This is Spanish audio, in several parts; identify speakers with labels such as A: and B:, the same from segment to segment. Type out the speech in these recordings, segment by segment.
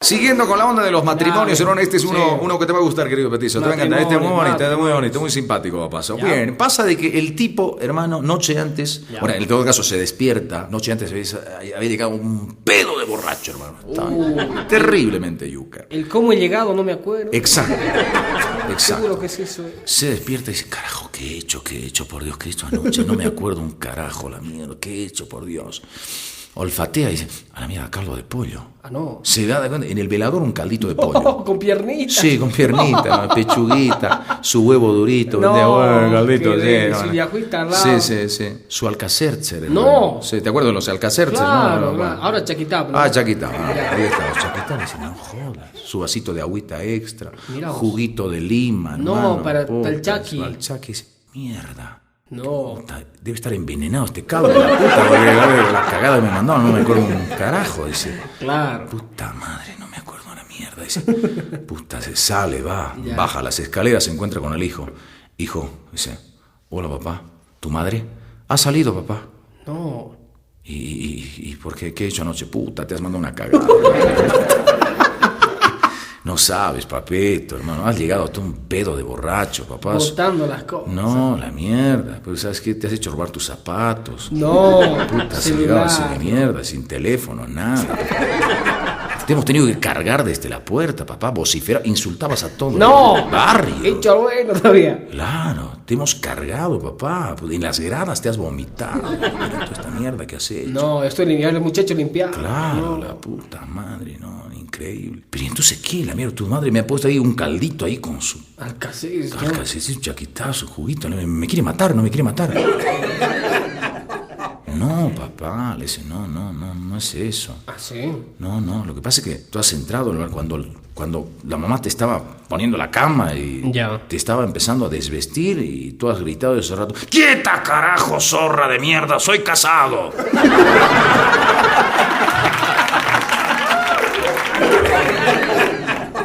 A: Siguiendo con la onda de los matrimonios,
B: Ya,
A: Ron, este es uno,
B: sí.
A: uno que te va a gustar, querido Petizo. Te va a encantar. Este es muy
B: Matrimonio,
A: bonito, este es muy
B: matrimonio.
A: bonito, muy simpático pasa.
B: Ya.
A: Bien, pasa de que el tipo, hermano, noche antes,
B: Ya.
A: bueno, en todo caso se despierta, noche antes había había llegado un pedo de borracho, hermano. Estaba terriblemente yuca.
B: El cómo he llegado no me acuerdo.
A: Exacto, exacto.
B: Seguro que es eso. eh.
A: Se despierta y dice, carajo, ¿qué he hecho? ¿Qué he hecho? Por Dios, ¿qué he hecho anoche? No me acuerdo un carajo, la mierda, ¿qué he hecho? Por Dios. Olfatea y dice, a la mierda, caldo de pollo.
B: Ah, no.
A: Se da de cuenta, en el velador un caldito de pollo.
B: Oh, con piernita.
A: Sí, con piernita, ¿no? pechuguita, su huevo durito,
B: No,
A: de huevo, caldito,
B: qué
A: sí,
B: bien,
A: hermano.
B: su viajuita al
A: Sí,
B: lado.
A: sí, sí. Su alcacercer.
B: No.
A: hermano. Sí, ¿te acuerdas de los alcacerces?
B: Claro,
A: no,
B: claro. Ahora chaquitá. ¿no?
A: Ah, Chaquita. Ah, ahí está. Chaquita dice, no jodas. Su vasito de agüita extra.
B: Mirá vos.
A: juguito de lima.
B: No,
A: hermano,
B: para-
A: puta,
B: para el Chaqui.
A: Para el Chaqui dice, mierda.
B: No.
A: puta, Debe estar envenenado este cabrón. La puta, porque, a ver, la cagada que me mandaron, no me acuerdo un carajo. Dice,
B: Claro.
A: puta madre, no me acuerdo una mierda. Dice, puta, se sale, va.
B: Ya.
A: Baja las escaleras, se encuentra con el hijo. Hijo, dice, hola papá, ¿tu madre? Ha salido, papá.
B: No.
A: ¿Y, y, y por qué? ¿Qué he hecho anoche? Puta, te has mandado una cagada. no sabes, papeto, hermano. Has llegado hasta un pedo de borracho, papá.
B: Botando las cosas.
A: No, la mierda. Pero ¿sabes qué? Te has hecho robar tus zapatos.
B: No.
A: Puta, has llegado
B: celular.
A: así de mierda, sin teléfono, nada. Te hemos tenido que cargar desde la puerta, papá. Vocifera, insultabas a todo
B: No. Eh.
A: el barrio.
B: Hecho al bueno todavía.
A: Claro, te hemos cargado, papá. pues, En las gradas te has vomitado. Mira toda esta mierda que has hecho.
B: No, estoy limpiando, el muchacho limpiado.
A: Claro, la puta madre, no, increíble. Pero ¿y entonces, ¿qué? La mierda, tu madre me ha puesto ahí un caldito ahí con su.
B: Alcaceres, ¿no?
A: Alcacercito, un chaquitazo, juguito, me, me quiere matar, no me quiere matar. No, papá, le dice, no, no, no, no es eso.
B: Ah, sí.
A: No, no, lo que pasa es que tú has entrado al lugar cuando, cuando la mamá te estaba poniendo la cama y
B: Ya.
A: te estaba empezando a desvestir y tú has gritado ese rato, ¡Quieta, carajo, zorra de mierda! ¡Soy casado!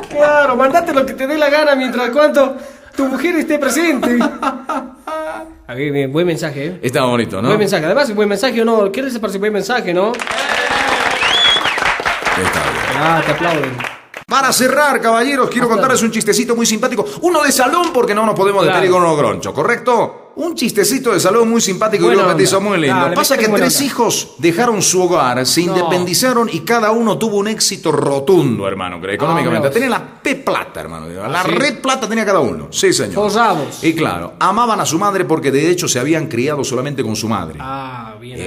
B: Claro, mandate lo que te dé la gana mientras cuanto tu mujer esté presente. A ver, bien, buen mensaje, ¿eh?
A: Está bonito, ¿no?
B: Buen mensaje. Además, buen mensaje o no. ¿Quieres participar buen mensaje, no?
A: Está bien.
B: Ah, te aplauden.
A: Para cerrar, caballeros, quiero contarles un chistecito muy simpático. Uno de salón, porque no nos podemos
B: Claro.
A: detener con uno groncho, ¿correcto? Un chistecito de salón muy simpático y
B: Buena
A: un
B: onda.
A: petizo muy lindo.
B: Dale, este
A: Pasa
B: metele
A: que
B: buena
A: tres
B: onda.
A: hijos dejaron su hogar, se
B: No.
A: independizaron y cada uno tuvo un éxito rotundo, hermano, que económicamente.
B: mira vos.
A: Tenían la P plata, hermano. La
B: Ah, ¿sí?
A: red plata tenía cada uno. Sí, señor.
B: Forrados.
A: Y claro, amaban a su madre porque de hecho se habían criado solamente con su madre.
B: Ah, bien ahí.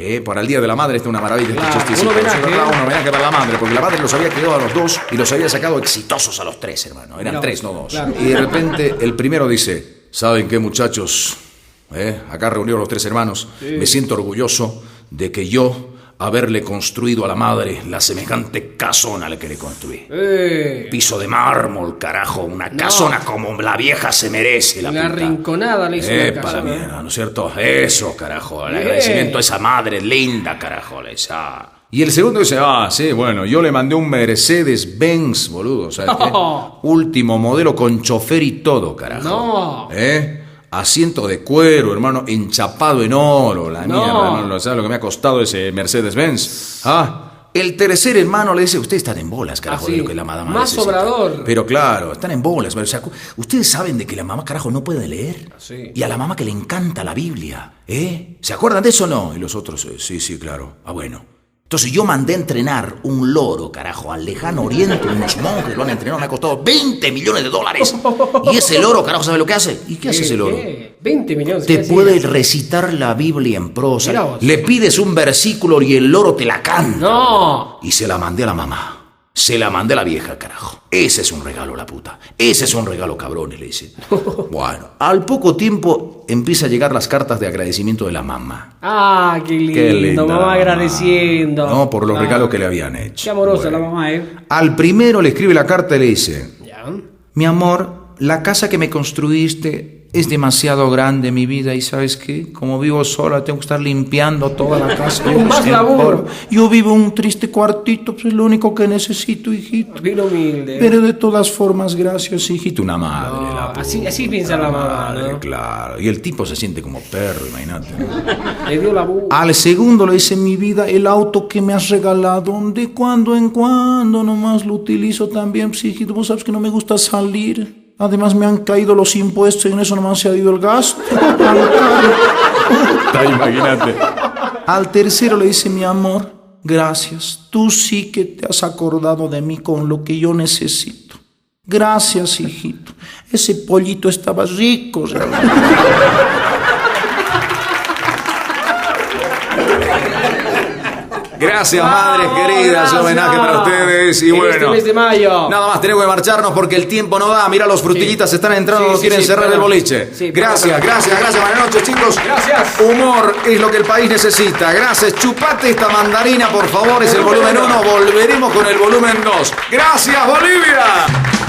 A: Eh, eh, para el Día de la Madre está una maravilla. este
B: Claro,
A: chistecito,
B: un homenaje,
A: ¿no es verdad?
B: ¿eh?
A: Un homenaje para la madre, porque la madre los había criado a los dos y los había sacado exitosos a los tres, hermano. Eran
B: Mirá,
A: tres, no dos.
B: claro.
A: Y de repente el primero dice, ¿saben qué muchachos? Eh, Acá reunieron los tres hermanos. Me siento orgulloso de que yo haberle construido a la madre la semejante casona la que le construí.
B: Eh,
A: Piso de mármol, carajo, una casona como la vieja se merece, la
B: la
A: puta.
B: rinconada le hizo Eh, una
A: Epa, la
B: casona.
A: mierda, ¿no es cierto? Eso, carajo. El agradecimiento a esa madre linda, carajo. la esa. Y el segundo dice, ah, sí, bueno, yo le mandé un Mercedes-Benz, boludo, ¿sabes qué?
B: No.
A: Último modelo con chofer y todo, carajo.
B: No.
A: ¿Eh? Asiento de cuero, hermano, enchapado en oro, la
B: No.
A: mierda, ¿no? ¿Sabes lo que me ha costado ese Mercedes-Benz? Ah, el tercer hermano le dice, ustedes están en bolas, carajo,
B: Ah, sí.
A: de lo que la madama
B: Más
A: necesita".
B: obrador.
A: Pero claro, están en bolas. pero, o sea, ustedes saben de que la mamá, carajo, no puede leer.
B: Ah, Sí.
A: Y a la mamá que le encanta la Biblia, ¿eh? ¿Se acuerdan de eso o no? Y los otros, eh, sí, sí, claro. Ah, bueno. Entonces yo mandé a entrenar un loro, carajo, al lejano oriente, unos monjes lo han entrenado, me ha costado 20 millones de dólares. Y ese loro, carajo, ¿sabe lo que hace? ¿Y qué hace ese loro?
B: Eh, 20 millones.
A: Te
B: ¿qué hacía?
A: puede recitar la Biblia en
B: Mira
A: prosa.
B: vos.
A: Le pides un versículo y el loro te la canta.
B: No.
A: Y se la mandé a la mamá. Se la mandé a la vieja, carajo. Ese es un regalo, la puta. Ese es un regalo, cabrones, le dice. Bueno, al poco tiempo empieza a llegar las cartas de agradecimiento de la mamá.
B: Ah, qué lindo.
A: Qué linda la
B: mamá agradeciendo.
A: No, por los
B: Ah,
A: regalos que le habían hecho.
B: Qué amorosa
A: Bueno.
B: la mamá, ¿eh?
A: Al primero le escribe la carta y le dice,
B: Ya.
A: mi amor, la casa que me construiste es demasiado grande mi vida y sabes qué, como vivo sola, tengo que estar limpiando toda la casa. Yo,
B: Más
A: el
B: labor.
A: polvo. Yo vivo en un triste cuartito, pues es lo único que necesito, hijito.
B: Bien humilde.
A: Pero de todas formas, gracias, hijito, una madre.
B: No,
A: la
B: así-
A: puta
B: así piensa la mamá,
A: madre,
B: ¿no?
A: Claro, y el tipo se siente como perro, imagínate.
B: Le dio la bu-
A: Al segundo le dice mi vida, el auto que me has regalado, de cuando en cuando nomás lo utilizo también, pues, hijito, vos sabes que no me gusta salir. Además me han caído los impuestos y en eso nomás se ha ido el gasto. Tan caro.
C: Está, imagínate.
A: Al tercero le dice mi amor, gracias, tú sí que te has acordado de mí con lo que yo necesito. Gracias, hijito. Ese pollito estaba rico. realmente".
C: Gracias, madres queridas.
B: Ah, gracias.
A: ah,
C: Homenaje para ustedes. Y
B: En
C: bueno.
B: Este mes de mayo.
C: Nada más tenemos que marcharnos porque el tiempo no da. Mira, los frutillitas están entrando,
B: Sí,
C: no
B: sí,
C: quieren
B: sí,
C: cerrar
B: para.
C: el boliche.
B: Sí, para,
C: gracias,
B: para.
C: gracias, gracias. Buenas noches, chicos.
B: Gracias.
C: Humor es lo que el país necesita. Gracias. Chupate esta mandarina, por favor. Es el volumen 1. Volveremos con el volumen 2. Gracias, Bolivia.